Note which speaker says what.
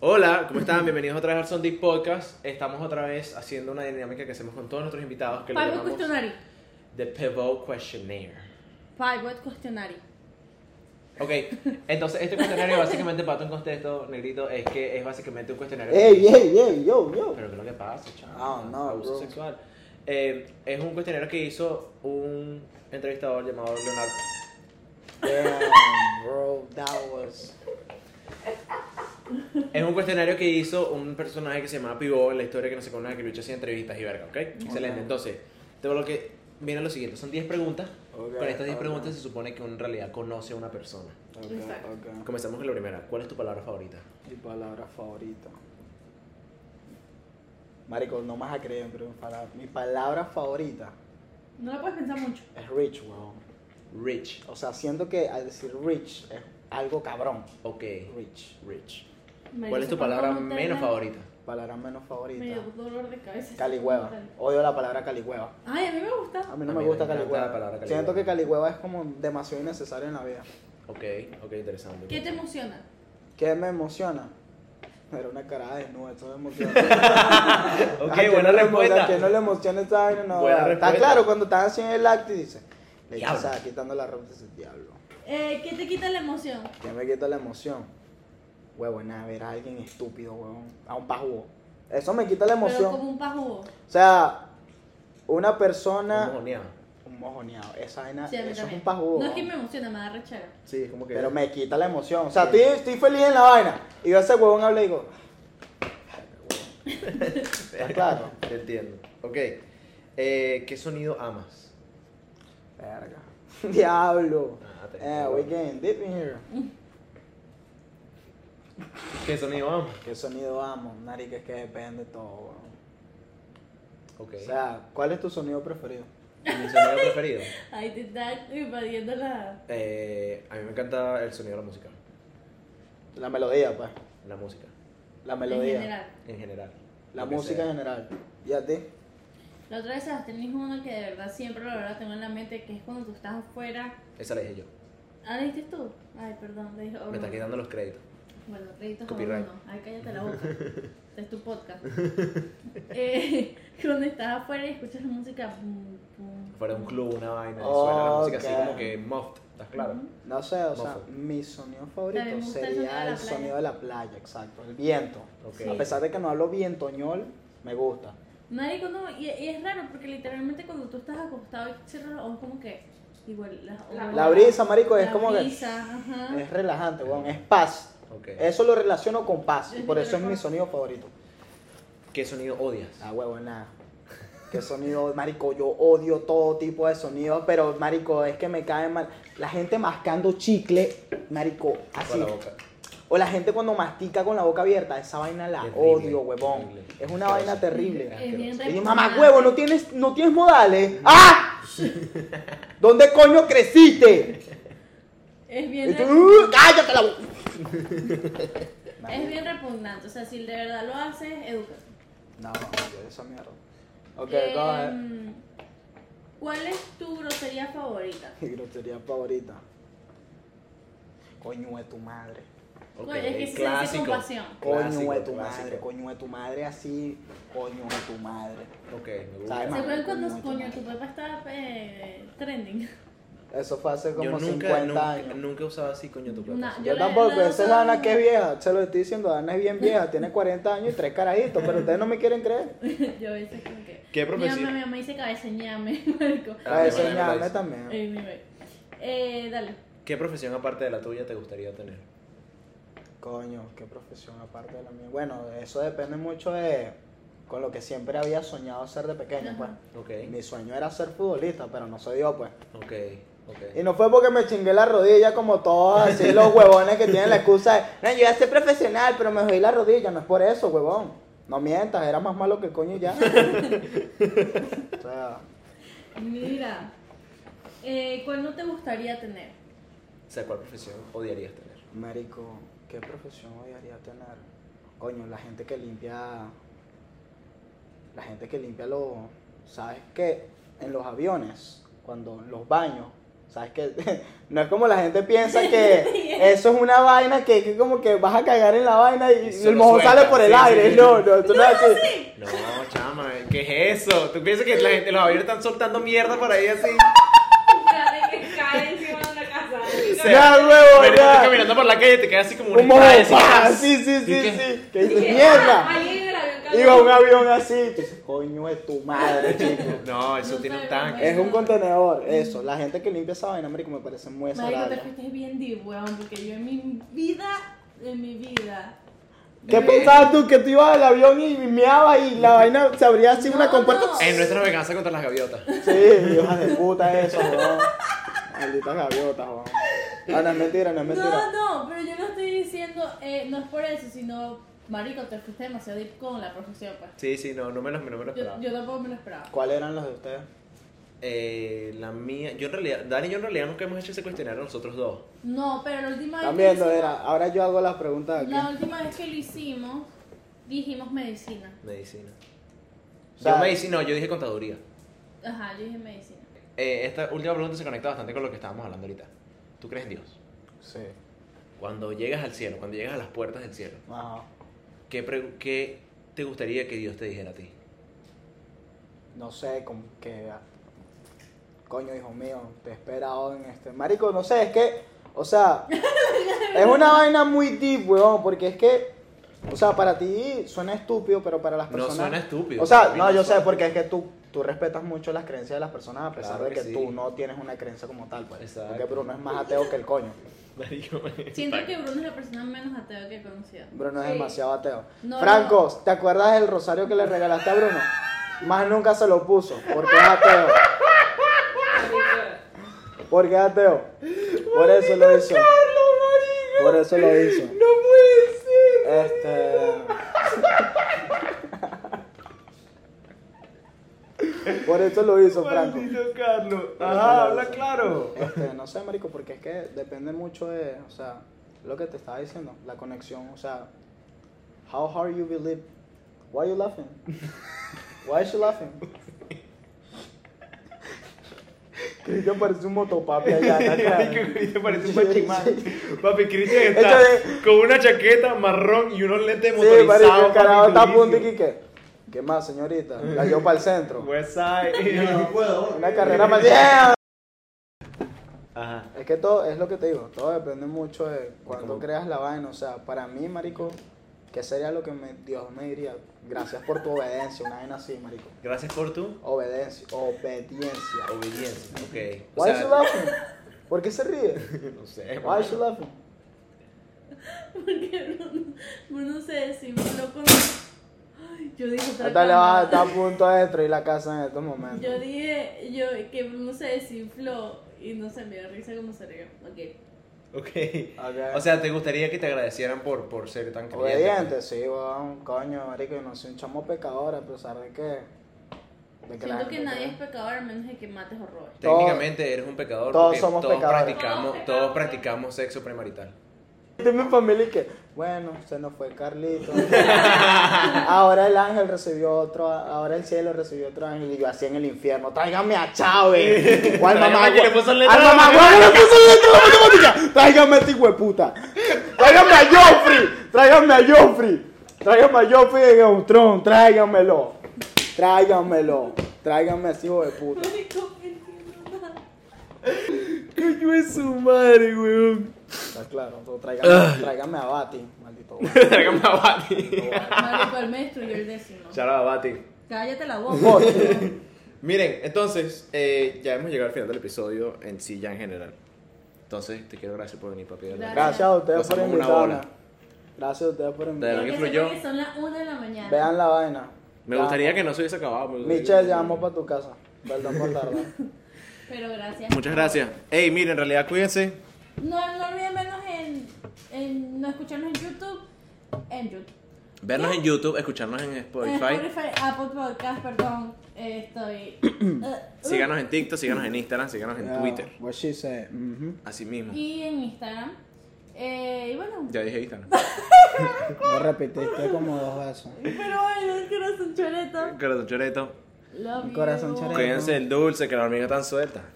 Speaker 1: Hola, ¿cómo están? Bienvenidos otra vez al Sunday Podcast. Estamos otra vez haciendo una dinámica que hacemos con todos nuestros invitados que le
Speaker 2: Pivot
Speaker 1: llamamos
Speaker 2: Questionary.
Speaker 1: The Pivot Questionnaire.
Speaker 2: Pivot Questionary.
Speaker 1: Ok, entonces este cuestionario básicamente, para un contexto, negrito, es que es básicamente un cuestionario...
Speaker 3: Ey, ey, ey, yo, yo.
Speaker 1: Pero ¿qué es lo que pasa, chaval?
Speaker 3: Ah, no,
Speaker 1: Abuso
Speaker 3: bro.
Speaker 1: sexual. Eh, es un cuestionario que hizo un entrevistador llamado Leonardo.
Speaker 3: Damn, bro, that was.
Speaker 1: Es un cuestionario que hizo un personaje que se llama Pivot en la historia que no se conoce, que lucha hacía entrevistas y verga, ¿ok? Excelente. Entonces, te lo que viene lo siguiente: son 10 preguntas.
Speaker 3: Ok,
Speaker 1: Con estas 10
Speaker 3: ok.
Speaker 1: preguntas se supone que uno en realidad conoce a una persona.
Speaker 3: Ok,
Speaker 2: Exacto.
Speaker 3: ok.
Speaker 1: Comenzamos con la primera. ¿Cuál es tu palabra favorita?
Speaker 3: Mi palabra favorita. Marico, no más a creer, pero mi pala- mi palabra favorita
Speaker 2: No lo puedes pensar mucho.
Speaker 3: es rich, weón.
Speaker 1: Rich.
Speaker 3: O sea, siento que al decir rich es algo cabrón.
Speaker 1: Ok.
Speaker 3: Rich.
Speaker 1: Rich.
Speaker 2: Marico,
Speaker 1: ¿Cuál es tu
Speaker 2: esa palabra
Speaker 1: palabra
Speaker 2: no te
Speaker 1: menos
Speaker 2: da-
Speaker 1: favorita?
Speaker 3: Palabra menos
Speaker 2: Me
Speaker 3: favorita.
Speaker 2: dio dolor de cabeza.
Speaker 3: Calihueva. Odio la palabra calihueva.
Speaker 2: Ay, a mí me
Speaker 3: A
Speaker 2: gusta.
Speaker 3: mí no
Speaker 1: A
Speaker 3: me
Speaker 1: mí me
Speaker 3: gusta
Speaker 1: encanta la
Speaker 3: calihueva.
Speaker 1: palabra calihueva.
Speaker 3: Siento que calihueva es como demasiado innecesario en la vida.
Speaker 1: Ok, ok, interesante.
Speaker 2: ¿Qué te emociona?
Speaker 3: ¿Qué me emociona? Era una cara desnuda, eso me emociona.
Speaker 1: Ok,
Speaker 3: ¿A quién
Speaker 1: buena
Speaker 3: Ah, no le emociona? ¿A
Speaker 1: respuesta.
Speaker 3: quién no le emociona esta vaina? No,
Speaker 1: Buena
Speaker 3: está
Speaker 1: respuesta.
Speaker 3: claro, cuando están haciendo el acto y dice, le
Speaker 1: Diablo.
Speaker 3: estás quitando la ropa, dice, diablo.
Speaker 2: Eh, ¿Qué te quita la emoción?
Speaker 3: ¿Qué me quita la emoción? Huevo, nada, ver a alguien estúpido, huevón, a un pajugo. Eso me quita la
Speaker 2: Pero
Speaker 3: emoción.
Speaker 2: como un pajugo.
Speaker 3: O sea, una
Speaker 1: Una
Speaker 3: persona,
Speaker 1: mojoneada.
Speaker 3: un mojoneado, esa vaina,
Speaker 2: Sí, a mí
Speaker 3: Ah, eso es
Speaker 2: también.
Speaker 3: un pajugo.
Speaker 2: No es que
Speaker 3: huevón.
Speaker 2: me emociona, me da rechera.
Speaker 1: Sí, es como que.
Speaker 3: Pero me quita la emoción. O sea, estoy, estoy feliz en la vaina. Y yo a ese huevón habla y digo, está claro.
Speaker 1: Te entiendo. Ok. Eh, ¿Qué sonido amas?
Speaker 3: Verga. Diablo.
Speaker 1: Ah, te
Speaker 3: Eh, we getting deep in here.
Speaker 1: ¿Qué sonido amas?
Speaker 3: ¿Qué sonido amo? Narica, es que depende de todo, weón.
Speaker 1: Ok.
Speaker 3: O sea, ¿cuál es tu sonido preferido?
Speaker 1: ¿Mi sonido preferido?
Speaker 2: Ahí te está invadiendo la.
Speaker 1: Eh, a mí me encanta el sonido de la música.
Speaker 3: La melodía, pues.
Speaker 1: La música,
Speaker 3: La
Speaker 2: En
Speaker 3: melodía.
Speaker 2: general.
Speaker 1: en general.
Speaker 3: La
Speaker 1: Lo que
Speaker 3: música
Speaker 1: sea.
Speaker 3: en general. ¿Y a ti?
Speaker 2: La otra vez, Sebastián dijo uno que de verdad siempre la verdad tengo en la mente, que es cuando tú estás afuera.
Speaker 1: Esa la dije yo.
Speaker 2: Ah, ¿la dijiste tú? Ay, perdón, le dije.
Speaker 1: Me está quitando los créditos.
Speaker 2: Bueno, créditos
Speaker 1: Copyright.
Speaker 2: Copyright. Ay, cállate la boca. Este es tu podcast. eh, cuando estás afuera y escuchas la música. pum, pum,
Speaker 1: Fuera de un
Speaker 2: pum.
Speaker 1: club, una vaina, y suena la música así
Speaker 3: Ok.
Speaker 1: como que muffed, ¿estás claro?
Speaker 2: Ujú.
Speaker 3: No sé, o sea,
Speaker 1: Mofo.
Speaker 3: mi sonido
Speaker 2: A mí
Speaker 3: favorito
Speaker 2: me gusta el
Speaker 3: sería el
Speaker 2: sonido
Speaker 3: sonido de la playa, exacto. El viento.
Speaker 1: Ok.
Speaker 2: Sí.
Speaker 3: A pesar de que no hablo vientoñol, me gusta.
Speaker 2: Marico, no, y, y es raro porque literalmente cuando tú estás acostado y cierras los ojos, como que. Igual, las hojas-
Speaker 3: La brisa, marico, es
Speaker 2: la
Speaker 3: como que-
Speaker 2: brisa, ajá.
Speaker 3: Es relajante, weón. Es paz.
Speaker 1: Ok.
Speaker 3: Eso lo relaciono con paz. Y
Speaker 2: Yo
Speaker 3: por
Speaker 2: sí
Speaker 3: eso es
Speaker 2: creo
Speaker 3: mi
Speaker 2: con-
Speaker 3: sonido favorito.
Speaker 1: ¿Qué sonido odias?
Speaker 3: Ah, huevo, nada. Qué sonido, marico, yo odio todo tipo de sonidos, pero marico, es que me cae mal. La gente mascando chicle, marico, así.
Speaker 1: Con la boca.
Speaker 3: O la gente cuando mastica con la boca abierta, esa vaina la
Speaker 1: Terrible,
Speaker 3: odio, huevón.
Speaker 1: terrible.
Speaker 3: Es una vaina
Speaker 1: Asqueroso.
Speaker 3: terrible.
Speaker 2: Es bien
Speaker 1: Y
Speaker 3: Y
Speaker 2: repugnante.
Speaker 3: mamá, huevo, no tienes, no tienes modales. ¡Ah! ¿Dónde coño creciste?
Speaker 2: Es bien,
Speaker 3: Y tú,
Speaker 2: repugnante.
Speaker 3: "Uh, cállate la boca.
Speaker 2: es bien repugnante. O sea, si de verdad lo haces, educa.
Speaker 3: No, yo esa mierda. Ok,
Speaker 2: Em,
Speaker 3: go ahead.
Speaker 2: ¿Cuál es tu grosería favorita?
Speaker 3: Mi grosería favorita. Coño de tu madre.
Speaker 1: Ok,
Speaker 2: Oye, es que sí,
Speaker 1: clásico.
Speaker 2: sí, con pasión.
Speaker 3: Coño de tu
Speaker 1: Clásico,
Speaker 3: madre,
Speaker 1: clásico.
Speaker 3: coño de tu madre así, coño de tu madre.
Speaker 1: Ok, me gusta.
Speaker 3: ¿Sabes
Speaker 2: ¿Se
Speaker 3: más?
Speaker 2: acuerdan cuando
Speaker 3: Mucho
Speaker 2: coño,
Speaker 3: más.
Speaker 2: tu papá estaba eh, trending?
Speaker 3: Eso fue hace como
Speaker 1: Yo nunca,
Speaker 3: 50
Speaker 1: nunca,
Speaker 3: años.
Speaker 1: nunca usaba así, coño, tu
Speaker 2: Una-
Speaker 1: papá.
Speaker 2: yo
Speaker 3: yo
Speaker 2: la-
Speaker 3: tampoco,
Speaker 2: la-
Speaker 3: esa es Dana que es vieja, se lo estoy diciendo, Dana es bien vieja, tiene 40 años y tres carajitos, pero ustedes no me quieren creer.
Speaker 2: Yo a veces como que.
Speaker 1: ¿Qué profesión?
Speaker 2: Mi mamá, mi mamá dice cabeceñame, marico.
Speaker 1: Ah, mi madre me lo
Speaker 3: Para enseñarme
Speaker 1: dice.
Speaker 3: también.
Speaker 2: Anyway. Eh, dale.
Speaker 1: ¿Qué profesión aparte de la tuya te gustaría tener?
Speaker 3: Coño, qué profesión aparte de la mía. Bueno, eso depende mucho de con lo que siempre había soñado ser de pequeño, pues.
Speaker 2: Ajá.
Speaker 1: Ok,
Speaker 3: Mi sueño era ser futbolista, pero no soy yo, pues.
Speaker 1: ok,
Speaker 3: Y
Speaker 1: ok.
Speaker 3: no fue porque me chingué la rodilla como todos así los huevones que tienen la excusa de, no, yo ya soy profesional, pero me jodí la rodilla, no es por eso, huevón. No mientas, era más malo que el coño y ya. o sea,
Speaker 2: Mira. Eh, ¿Cuál no te gustaría tener?
Speaker 1: O sea, ¿cuál profesión odiarías tener?
Speaker 3: marico, ¿qué profesión odiaría tener? Coño, la gente que limpia, la gente que limpia los, ¿sabes qué? En los aviones, cuando en los baños, ¿Sabes qué? No es como la gente piensa que eso es una vaina que, que como que vas a cagar en la vaina y,
Speaker 1: Eso
Speaker 3: el
Speaker 1: lo
Speaker 3: mojo
Speaker 1: suelta,
Speaker 3: sale por el
Speaker 1: sí,
Speaker 3: aire.
Speaker 1: sí.
Speaker 3: No, no, eso no, es así.
Speaker 1: No, chama, ¿qué es eso? ¿Tú piensas que la gente, los aviones están soltando mierda por ahí así?
Speaker 4: Espérate que cae encima de una casa.
Speaker 1: sea,
Speaker 3: Ya, huevo,
Speaker 1: Pero tú
Speaker 3: Oh, ya.
Speaker 1: estás caminando por la calle y te quedas así como
Speaker 3: Un mojo,
Speaker 1: una de
Speaker 3: pa, sí, sí, sí,
Speaker 1: ¿Y qué?
Speaker 3: sí. Que
Speaker 4: Dije,
Speaker 3: dices,
Speaker 4: "Ah,
Speaker 3: mierda.
Speaker 4: Alguien en el avión cayó".
Speaker 3: Iba un avión así. Tú dices, coño de tu madre, chico.
Speaker 1: No, eso tiene un tanque.
Speaker 3: Es un contenedor, eso. La gente que limpia esa vaina, marico, me parece muy
Speaker 2: Mm. Marico, te
Speaker 3: desagradable.
Speaker 2: fuiste bien deep, weón, porque yo en mi vida, en mi vida.
Speaker 3: ¿Qué
Speaker 2: me-
Speaker 3: pensabas tú? Que tú ibas al avión y meabas y la vaina se abría así
Speaker 2: No,
Speaker 3: una compuerta.
Speaker 2: no.
Speaker 1: En nuestra venganza contra las gaviotas.
Speaker 3: Sí, hijas de puta eso, weón. Malditas gaviotas, weón. No, no es mentira, no es mentira.
Speaker 2: No, no, pero yo no estoy diciendo, eh, no es por eso, sino, marico, te fuiste demasiado deep con la profesión, pues.
Speaker 1: Sí, sí, no, no me lo, no me lo
Speaker 2: Yo,
Speaker 1: esperaba.
Speaker 2: yo tampoco me lo esperaba.
Speaker 3: ¿Cuáles eran los de ustedes?
Speaker 1: Eh, la mía, yo en realidad, Dani y yo en realidad nunca hemos hecho ese cuestionario nosotros dos.
Speaker 2: No, pero la última vez.
Speaker 3: También
Speaker 2: que
Speaker 3: lo
Speaker 2: lo
Speaker 3: era. Ahora yo hago las preguntas
Speaker 2: hicimos-
Speaker 3: aquí.
Speaker 2: La última vez que lo hicimos, dijimos medicina.
Speaker 1: Medicina.
Speaker 3: sea,
Speaker 1: yo medicina, no, yo dije contaduría.
Speaker 2: Ajá, yo dije medicina.
Speaker 1: Eh, esta última pregunta se conecta bastante con lo que estábamos hablando ahorita. ¿Tú crees en Dios?
Speaker 3: Sí.
Speaker 1: Cuando llegas al cielo, cuando llegas a las puertas del cielo,
Speaker 3: Ajá.
Speaker 1: ¿qué, pre- qué te gustaría que Dios te dijera a ti?
Speaker 3: No sé, como que. ah, Coño, hijo mío, te he esperado en este. Marico, no sé, es que. O sea, es una vaina muy deep, weón, porque es que. O sea, para ti suena estúpido, pero para las
Speaker 1: No
Speaker 3: personas.
Speaker 1: suena estúpido,
Speaker 3: O sea,
Speaker 1: para mí
Speaker 3: no,
Speaker 1: no
Speaker 3: yo sé,
Speaker 1: suena.
Speaker 3: porque es que tú, tú respetas mucho las creencias de las personas, a pesar
Speaker 1: Claro
Speaker 3: de
Speaker 1: que
Speaker 3: que,
Speaker 1: sí.
Speaker 3: tú no tienes una creencia como tal, pues.
Speaker 1: Exacto.
Speaker 3: Porque Bruno es más ateo que el coño.
Speaker 2: Siento que Bruno es la persona menos atea que he conocido.
Speaker 3: Bruno es
Speaker 4: Sí.
Speaker 3: demasiado ateo.
Speaker 2: No,
Speaker 3: Franco, ¿te acuerdas del rosario que le regalaste a Bruno? Más nunca se lo puso, porque es ateo. Porque es ateo. Por eso lo hizo. Por eso lo hizo. No puede ser. Este. Por eso lo hizo, Franco.
Speaker 1: Carlos.
Speaker 3: Ajá, habla
Speaker 1: claro.
Speaker 3: Este, no sé, marico, porque es que depende mucho de, o sea, lo que te estaba diciendo, la conexión, o sea, how hard you believe. Why you laughing? Why is she laughing? Cristian parece un motopapi allá, está claro.
Speaker 1: Cristian parece un
Speaker 3: Sí,
Speaker 1: pachimán.
Speaker 3: sí.
Speaker 1: Papi, Cristian
Speaker 3: Hecho
Speaker 1: está
Speaker 3: de-
Speaker 1: con una chaqueta marrón y unos lentes
Speaker 3: Sí,
Speaker 1: motorizados.
Speaker 3: marico, el
Speaker 1: papi,
Speaker 3: carajo está a punto
Speaker 1: durísimo.
Speaker 3: y que, ¿qué más, señorita? La llevo para el centro.
Speaker 1: West Side.
Speaker 3: Una carrera para allá.
Speaker 1: Ajá.
Speaker 3: Es que todo, es lo que te digo, todo depende mucho de cuánto
Speaker 1: cómo-
Speaker 3: creas la vaina. O sea, para mí, marico, que sería lo que me- Dios me diría? Gracias por tu obediencia, una vaina así, marico.
Speaker 1: Gracias por tu
Speaker 3: Obedencia, obediencia.
Speaker 1: obediencia. Ok. O
Speaker 3: Why
Speaker 1: sea,
Speaker 3: is she laughing? ¿Por qué se ríe?
Speaker 1: No sé.
Speaker 3: Why
Speaker 1: mamá.
Speaker 3: is she laughing?
Speaker 2: Porque Bruno, Bruno se desinfló con. Ay, yo dije otra
Speaker 3: Esta le va
Speaker 2: cosa.
Speaker 3: a estar a punto de destruir la casa en estos momentos.
Speaker 2: Yo dije yo, que Bruno se desinfló y no se me dio risa como se rió. Ok.
Speaker 1: Ok.
Speaker 3: Ok.
Speaker 1: O sea, ¿te gustaría que te agradecieran por, por ser tan creyente?
Speaker 3: obediente, sí, weón, coño, marico, yo no soy un chamo pecador, a pesar de que. de que la
Speaker 2: Siento que
Speaker 3: gente
Speaker 2: nadie es
Speaker 3: cree.
Speaker 2: pecador a menos de que mates o robes.
Speaker 1: Técnicamente eres un pecador
Speaker 3: todos
Speaker 1: porque
Speaker 3: somos
Speaker 1: todos
Speaker 3: pecadores.
Speaker 1: practicamos, todos practicamos sexo premarital.
Speaker 3: De mi familia y que, bueno, se nos fue Carlito. ahora el ángel recibió otro, ahora el cielo recibió otro ángel y yo así en el infierno. Tráigame a Chávez. O al
Speaker 1: Tráigame
Speaker 3: mamá
Speaker 1: al que le puso letra
Speaker 3: Al
Speaker 1: de
Speaker 3: mamá
Speaker 1: matemática.
Speaker 3: que le puso letra de matemática. Tráigame a este hijo de puta. Tráigame a Joffrey. Tráigame a Joffrey. Tráigame a Joffrey de Game of Thrones. Tráigamelo. Tráigamelo. Tráigame a ese hijo de puta.
Speaker 2: Marico, no entiendo nada.
Speaker 1: Coño es su madre, weón.
Speaker 3: Está claro. no, Tráigame, tráigame a Bati. Maldito. Bati,
Speaker 1: Tráigame a Bati.
Speaker 3: maldito Bati.
Speaker 2: Marico, él me destruyó el décimo.
Speaker 1: Shout out a Bati.
Speaker 2: Cállate la
Speaker 3: Vos,
Speaker 2: boca.
Speaker 3: tío.
Speaker 1: Miren, entonces, eh, ya hemos llegado al final del episodio en sí, ya en general. Entonces, te quiero agradecer por venir, papi. de verdad.
Speaker 2: Gracias.
Speaker 3: Gracias a ustedes por
Speaker 1: Pasamos una
Speaker 3: invitarme.
Speaker 1: bola.
Speaker 3: Gracias a ustedes por
Speaker 1: Pero
Speaker 2: Quiero
Speaker 1: que
Speaker 2: que
Speaker 3: invitarme.
Speaker 1: fluyó.
Speaker 2: sepan que Son las 1 de la mañana.
Speaker 3: Vean la vaina.
Speaker 1: Me gustaría que no se hubiese acabado. me gustaría-
Speaker 3: Michelle, llamamos para tu casa. Perdón por tardar.
Speaker 2: Pero gracias.
Speaker 1: Muchas gracias. Ey, miren, en realidad, cuídense.
Speaker 2: No, no olviden vernos en, en. No escucharnos en YouTube. En YouTube.
Speaker 1: Vernos en YouTube, escucharnos en
Speaker 2: En
Speaker 1: Spotify.
Speaker 2: Spotify, Apple Podcast, perdón. eh, estoy. uh,
Speaker 1: Síganos en TikTok, síganos en Instagram, síganos en
Speaker 3: Yeah,
Speaker 1: Twitter.
Speaker 3: What she said. Mhm.
Speaker 1: Así mismo.
Speaker 2: Y en Instagram. Eh, y bueno.
Speaker 1: Ya dije Instagram.
Speaker 3: Lo repetiste como dos veces.
Speaker 2: Pero bueno, el corazón choreto.
Speaker 1: Corazón choreto.
Speaker 2: Love
Speaker 3: Corazón
Speaker 2: you.
Speaker 3: choreto.
Speaker 1: Cuídense el dulce, que la hormiga tan suelta.